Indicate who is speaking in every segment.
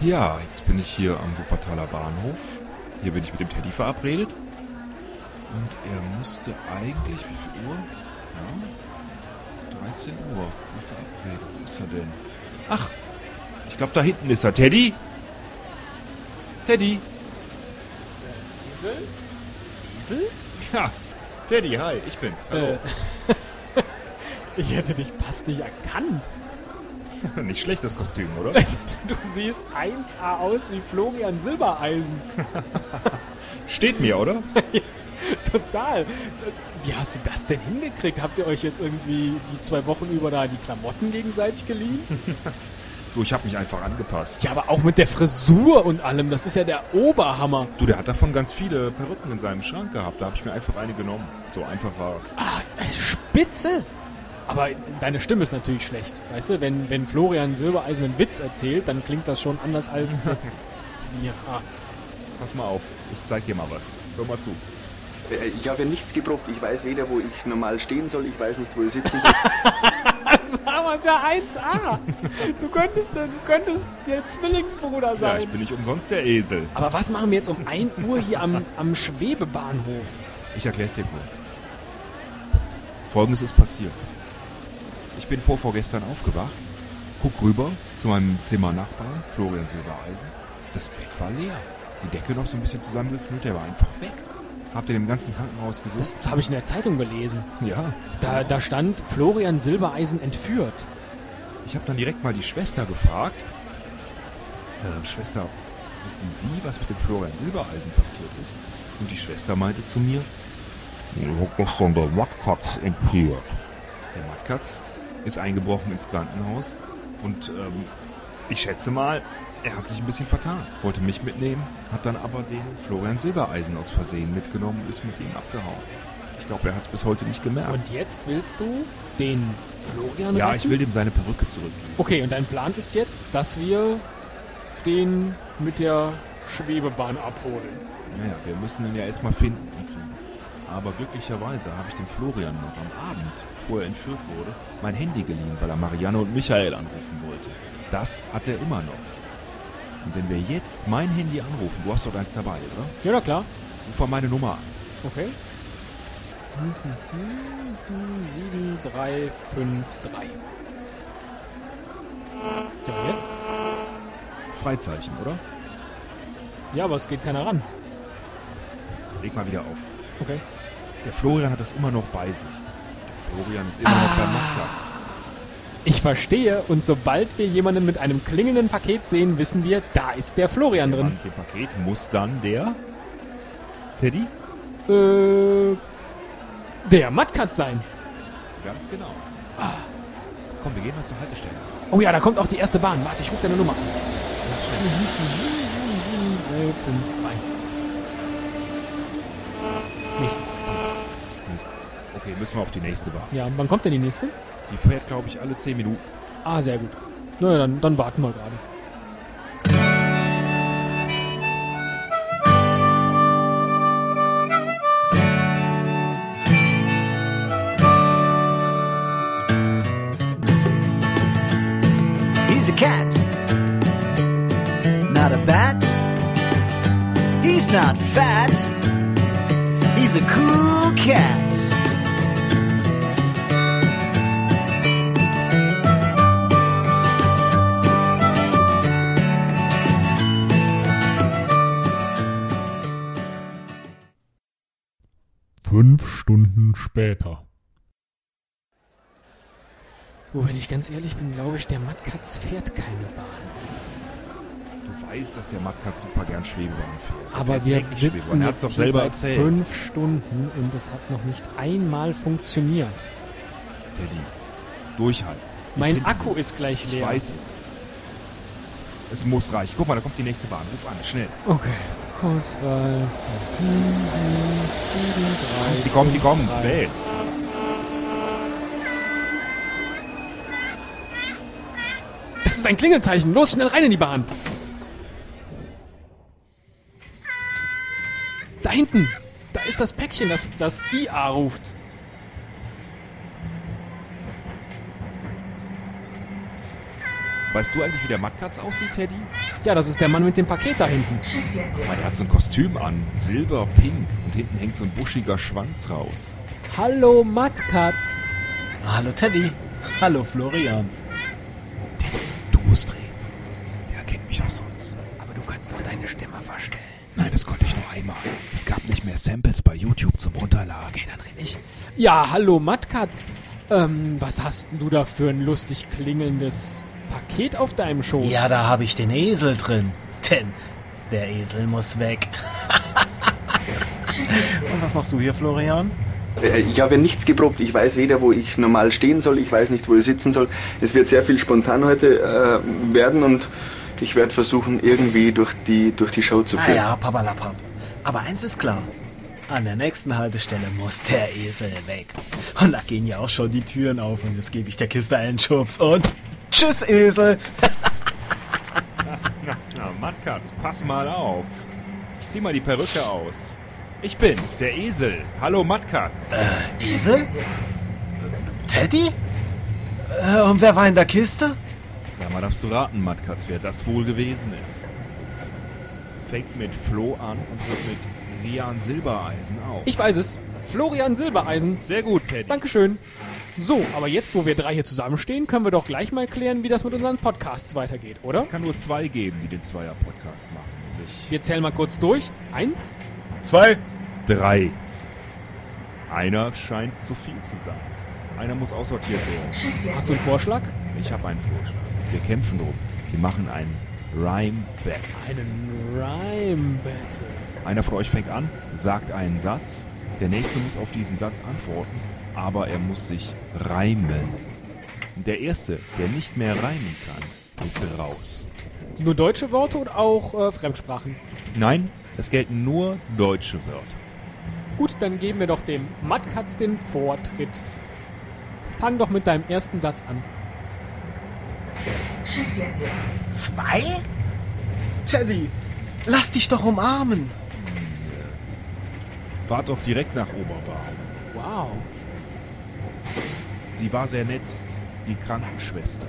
Speaker 1: Ja, jetzt bin ich hier am Wuppertaler Bahnhof. Hier bin ich mit dem Teddy verabredet. Und er müsste eigentlich, wie viel Uhr? Ja, 13 Uhr. Wie verabredet? Wo ist er denn? Ach, ich glaube, da hinten ist er. Teddy? Teddy?
Speaker 2: Esel? Esel?
Speaker 1: Ja, Teddy, hi, ich bin's. Hallo.
Speaker 2: Äh, ich hätte dich fast nicht erkannt. Also,
Speaker 1: Nicht schlecht, das Kostüm, oder?
Speaker 2: Du siehst 1A aus wie Florian Silbereisen.
Speaker 1: Steht mir, oder?
Speaker 2: Total. Das, wie hast du das denn hingekriegt? Habt ihr euch jetzt irgendwie die zwei Wochen über da die Klamotten gegenseitig geliehen?
Speaker 1: Du, ich habe mich einfach angepasst.
Speaker 2: Ja, aber auch mit der Frisur und allem. Das ist ja der Oberhammer.
Speaker 1: Du, der hat davon ganz viele Perücken in seinem Schrank gehabt. Da habe ich mir einfach eine genommen. So einfach war es.
Speaker 2: Ah, das ist spitze. Aber deine Stimme ist natürlich schlecht. Weißt du, wenn, wenn Florian Silbereisen einen Witz erzählt, dann klingt das schon anders als jetzt. Ah. Ja.
Speaker 1: Pass mal auf, ich zeig dir mal was. Hör mal zu.
Speaker 3: Äh, Ich habe ja nichts geprobt. Ich weiß weder, wo ich normal stehen soll, ich weiß nicht, wo ich sitzen soll.
Speaker 2: Sag mal, ist ja 1A. Du könntest, du könntest der Zwillingsbruder
Speaker 1: Ja,
Speaker 2: sein.
Speaker 1: ich bin nicht umsonst der Esel.
Speaker 2: aber was machen wir jetzt um 1 Uhr hier am, am Schwebebahnhof?
Speaker 1: Ich erklär's dir kurz. Folgendes ist passiert. Ich bin vor vorgestern aufgewacht, guck rüber zu meinem Zimmernachbarn, Florian Silbereisen. Das Bett war leer. Die Decke noch so ein bisschen zusammengeknüllt, der war einfach weg. Habt ihr dem ganzen Krankenhaus gesucht?
Speaker 2: Das habe ich in der Zeitung gelesen.
Speaker 1: Ja.
Speaker 2: Da, da stand Florian Silbereisen entführt.
Speaker 1: Ich habe dann direkt mal die Schwester gefragt. Äh, Schwester, wissen Sie, was mit dem Florian Silbereisen passiert ist? Und die Schwester meinte zu mir,
Speaker 4: Ich hab gestern der Wattkatz entführt.
Speaker 1: der Matkatz ist eingebrochen ins Krankenhaus und ähm, ich schätze mal, er hat sich ein bisschen vertan. Wollte mich mitnehmen, hat dann aber den Florian Silbereisen aus Versehen mitgenommen und ist mit ihm abgehauen. Ich glaube, er hat es bis heute nicht gemerkt.
Speaker 2: Und jetzt willst du den Florian
Speaker 1: ja,
Speaker 2: retten?
Speaker 1: ich will dem seine Perücke zurückgeben.
Speaker 2: Okay, und dein Plan ist jetzt, dass wir den mit der Schwebebahn abholen.
Speaker 1: Naja, wir müssen ihn ja erstmal finden und kriegen. Aber glücklicherweise habe ich dem Florian noch am Abend, bevor er entführt wurde, mein Handy geliehen, weil er Marianne und Michael anrufen wollte. Das hat er immer noch. Und wenn wir jetzt mein Handy anrufen, du hast doch eins dabei, oder?
Speaker 2: Ja, na klar.
Speaker 1: Ruf mal meine Nummer an.
Speaker 2: Okay. 7353. Ja, und jetzt?
Speaker 1: Freizeichen, oder?
Speaker 2: Ja, aber es geht keiner ran.
Speaker 1: Leg mal wieder auf.
Speaker 2: Okay.
Speaker 1: Der Florian hat das immer noch bei sich. Der Florian ist immer noch beim Marktplatz.
Speaker 2: Ich verstehe, und sobald wir jemanden mit einem klingelnden Paket sehen, wissen wir, da ist der Florian
Speaker 1: Der Mann
Speaker 2: drin.
Speaker 1: mit dem Paket muss dann der Teddy?
Speaker 2: Äh, der Mattkatz sein.
Speaker 1: Ganz genau. Komm, wir gehen mal zur Haltestelle.
Speaker 2: Oh ja, da kommt auch die erste Bahn. Warte, ich rufe deine Nummer an. Nichts.
Speaker 1: Mist. Okay, müssen wir auf die nächste warten.
Speaker 2: Ja, wann kommt denn die nächste?
Speaker 1: Die fährt, glaube ich, alle 10 Minuten.
Speaker 2: Ah, sehr gut. Naja, dann, dann warten wir gerade.
Speaker 5: He's a cat, not a bat. He's not fat. He's a cool cat.
Speaker 6: Fünf Stunden später.
Speaker 2: Du, Oh, wenn ich ganz ehrlich bin, glaube ich, der Mattkatz fährt keine Bahn.
Speaker 1: Du weißt, dass der Matka super gern Schwebebahn fährt. Er
Speaker 2: Aber
Speaker 1: fährt
Speaker 2: wir
Speaker 1: täglich Schwebebahn.
Speaker 2: sitzen
Speaker 1: Er hat's
Speaker 2: jetzt
Speaker 1: doch
Speaker 2: hier
Speaker 1: selber
Speaker 2: seit
Speaker 1: erzählt.
Speaker 2: fünf Stunden und es hat noch nicht einmal funktioniert.
Speaker 1: Teddy, durchhalten. Wir
Speaker 2: Mein
Speaker 1: finden
Speaker 2: Akku
Speaker 1: ihn.
Speaker 2: ist gleich
Speaker 1: Ich
Speaker 2: leer.
Speaker 1: weiß es. Es muss reichen. Guck mal, da kommt die nächste Bahn. Ruf an, schnell.
Speaker 2: Okay, Kurzwahl.
Speaker 1: Die kommen, die kommen. Schnell.
Speaker 2: Das ist ein Klingelzeichen. Los, schnell rein in die Bahn. Da hinten. Da ist das Päckchen, das, das IA ruft.
Speaker 1: Weißt du eigentlich, wie der Matkatz aussieht, Teddy?
Speaker 2: Ja, das ist der Mann mit dem Paket da hinten.
Speaker 1: Guck mal, der hat so ein Kostüm an. Silber, pink. Und hinten hängt so ein buschiger Schwanz raus.
Speaker 2: Hallo Matkatz.
Speaker 7: Hallo Teddy. Hallo Florian.
Speaker 1: Du musst reden. Der kennt mich auch sonst.
Speaker 7: Aber du kannst doch deine Stimme verstellen.
Speaker 1: Nein, das konnte ich nur einmal. Es gab nicht mehr Samples bei YouTube zum Runterladen.
Speaker 7: Okay, dann rede ich.
Speaker 2: Ja, hallo Matkatz. Ähm, was hast denn du da für ein lustig klingelndes Paket auf deinem Schoß?
Speaker 7: Ja, da habe ich den Esel drin. Denn der Esel muss weg. Und was machst du hier, Florian?
Speaker 3: Äh, Ich habe ja nichts geprobt. Ich weiß weder, wo ich normal stehen soll, ich weiß nicht, wo ich sitzen soll. Es wird sehr viel spontan heute äh, werden und ich werde versuchen, irgendwie durch die, durch die Show zu
Speaker 7: Ah
Speaker 3: führen.
Speaker 7: ja, papalapap. Aber eins ist klar. An der nächsten Haltestelle muss der Esel weg. Und da gehen ja auch schon die Türen auf und jetzt gebe ich der Kiste einen Schubs und tschüss Esel.
Speaker 1: Na, Matkatz, pass mal auf. Ich zieh mal die Perücke aus. Ich bin's, der Esel. Hallo, Matkatz.
Speaker 7: Esel? Teddy? Äh, Und wer war in der Kiste?
Speaker 1: Ja, mal darfst du raten, Matkatz, wer das wohl gewesen ist. Fängt mit Flo an und hört mit Rian Silbereisen auf.
Speaker 2: Ich weiß es. Florian Silbereisen.
Speaker 1: Sehr gut, Teddy.
Speaker 2: Dankeschön. So, aber jetzt, wo wir drei hier zusammenstehen, können wir doch gleich mal klären, wie das mit unseren Podcasts weitergeht, oder?
Speaker 1: Es kann nur zwei geben, die den Zweier-Podcast machen. Nicht
Speaker 2: Wir zählen mal kurz durch. Eins.
Speaker 7: Zwei.
Speaker 1: drei. Einer scheint zu viel zu sein. Einer muss aussortiert werden.
Speaker 2: Hast du einen Vorschlag?
Speaker 1: Ich habe einen Vorschlag. Wir kämpfen drum. Wir machen einen Rhyme-Battle.
Speaker 2: Einen Rhyme Battle.
Speaker 1: Einer von euch fängt an, sagt einen Satz. Der nächste muss auf diesen Satz antworten, aber er muss sich reimen. Und der erste, der nicht mehr reimen kann, ist raus.
Speaker 2: Nur deutsche Worte und auch äh, Fremdsprachen.
Speaker 1: Nein, es gelten nur deutsche Wörter.
Speaker 2: Gut, dann geben wir doch dem Matkatz den Vortritt. Fang doch mit deinem ersten Satz an.
Speaker 7: Zwei? Teddy, lass dich doch umarmen.
Speaker 1: Fahrt doch direkt nach Oberbau.
Speaker 2: Wow.
Speaker 1: Sie war sehr nett, die Krankenschwester.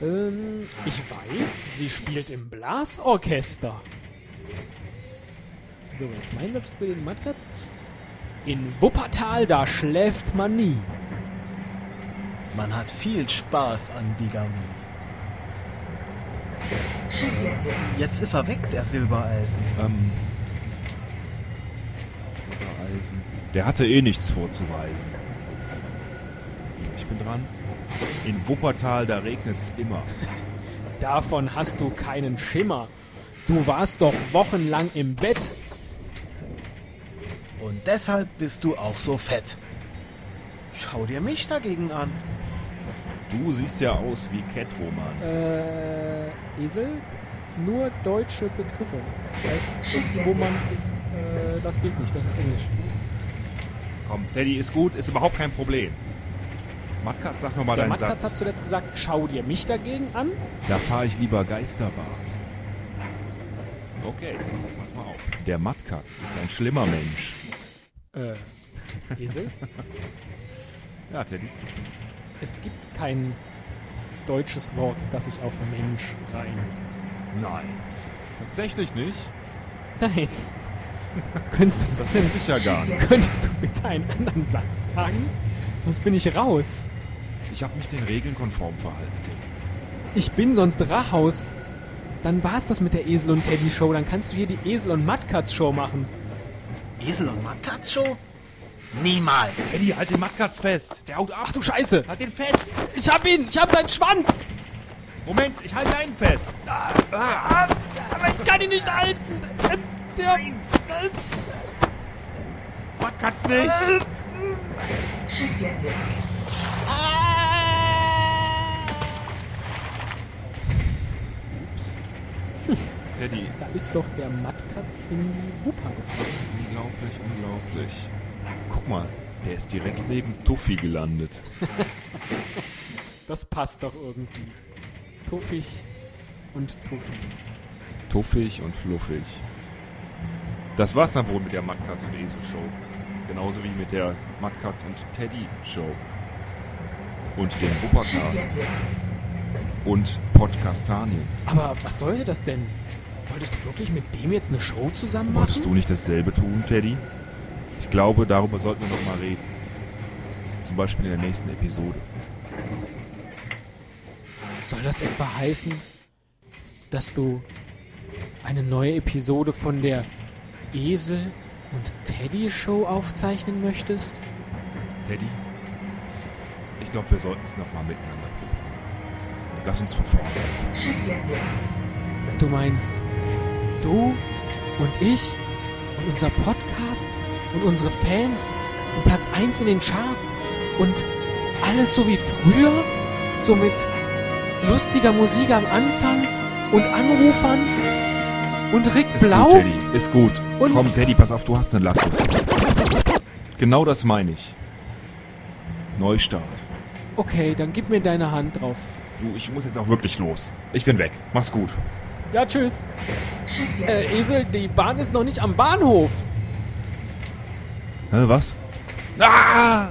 Speaker 2: Ähm, ich weiß, sie spielt im Blasorchester. So, jetzt mein Satz für den Matkatz. In Wuppertal, da schläft man nie.
Speaker 7: Man hat viel Spaß an Bigamie. Jetzt ist er weg, der Silbereisen.
Speaker 1: Ähm. Oder Eisen. Der hatte eh nichts vorzuweisen. Ich bin dran. In Wuppertal, da regnet's immer.
Speaker 2: Davon hast du keinen Schimmer. Du warst doch wochenlang im Bett.
Speaker 7: Und deshalb bist du auch so fett. Schau dir mich dagegen an.
Speaker 1: Du siehst ja aus wie Catwoman.
Speaker 2: Äh, Esel? Nur deutsche Begriffe. Das, wo man ist, äh, das gilt nicht, das ist Englisch.
Speaker 1: Komm, Teddy ist gut, ist überhaupt kein Problem. Matkatz, sag nochmal
Speaker 2: Der
Speaker 1: deinen
Speaker 2: Matkatz hat
Speaker 1: Satz.
Speaker 2: zuletzt gesagt, schau dir mich dagegen an.
Speaker 1: Da fahre ich lieber Geisterbahn. Okay, Teddy, pass mal auf. Der Matkatz ist ein schlimmer Mensch.
Speaker 2: Äh, Esel?
Speaker 1: Ja, Teddy.
Speaker 2: es gibt kein deutsches Wort, das sich auf Mensch reimt.
Speaker 1: Nein. Tatsächlich nicht.
Speaker 2: Nein. Könntest du,
Speaker 1: Das
Speaker 2: bitte,
Speaker 1: wusste ich ja gar nicht.
Speaker 2: könntest du bitte einen anderen Satz sagen? Sonst bin ich raus.
Speaker 1: Ich habe mich den Regeln konform verhalten, Teddy.
Speaker 2: Ich bin sonst Rahaus. Dann war's das mit der Esel- und Teddy-Show. Dann kannst du hier die Esel- und Matkatz-Show machen.
Speaker 7: Esel und Matkatz Show? Niemals.
Speaker 1: Teddy, halt den Matkatz fest. Der haut ab.
Speaker 2: Ach du Scheiße!
Speaker 1: Halt den fest.
Speaker 2: Ich hab ihn! Ich hab seinen Schwanz!
Speaker 1: Moment, ich halte einen fest.
Speaker 2: Aber ich kann ihn nicht halten! Der,
Speaker 1: Matkatz nicht. Ups. Teddy,
Speaker 2: da ist doch der Matkatz in die Wupper gefallen.
Speaker 1: unglaublich, unglaublich. Guck mal, der ist direkt neben Tuffy gelandet.
Speaker 2: Das passt doch irgendwie. Tuffig und Tuffig.
Speaker 1: Tuffig und fluffig. Das war's dann wohl mit der Matkatz und Esel Show. Genauso wie mit der Matkatz und Teddy Show. Und dem Wuppercast. und Podcastanien.
Speaker 2: Aber was sollte das denn? Wolltest du wirklich mit dem jetzt eine Show zusammen machen?
Speaker 1: Wolltest du nicht dasselbe tun, Teddy? Ich glaube, darüber sollten wir nochmal reden. Zum Beispiel in der nächsten Episode.
Speaker 2: Soll das etwa heißen, dass du eine neue Episode von der Esel und Teddy Show aufzeichnen möchtest?
Speaker 1: Teddy, ich glaube, wir sollten es nochmal miteinander probieren. Lass uns von vorne. anfangen.
Speaker 2: Du meinst, du und ich und unser Podcast und unsere Fans und Platz 1 in den Charts und alles so wie früher, so mit lustiger Musik am Anfang und Anrufern und Rick
Speaker 1: Ist
Speaker 2: Blau?
Speaker 1: gut, Teddy. Ist gut.
Speaker 2: Und-
Speaker 1: Komm, Teddy, pass auf, du hast eine Latte. Genau das meine ich. Neustart.
Speaker 2: Okay, dann gib mir deine Hand drauf.
Speaker 1: Du, ich muss jetzt auch wirklich los. Ich bin weg. Mach's gut.
Speaker 2: Ja, tschüss. Äh, Esel, die Bahn ist noch nicht am Bahnhof.
Speaker 1: Hä, was? Ah!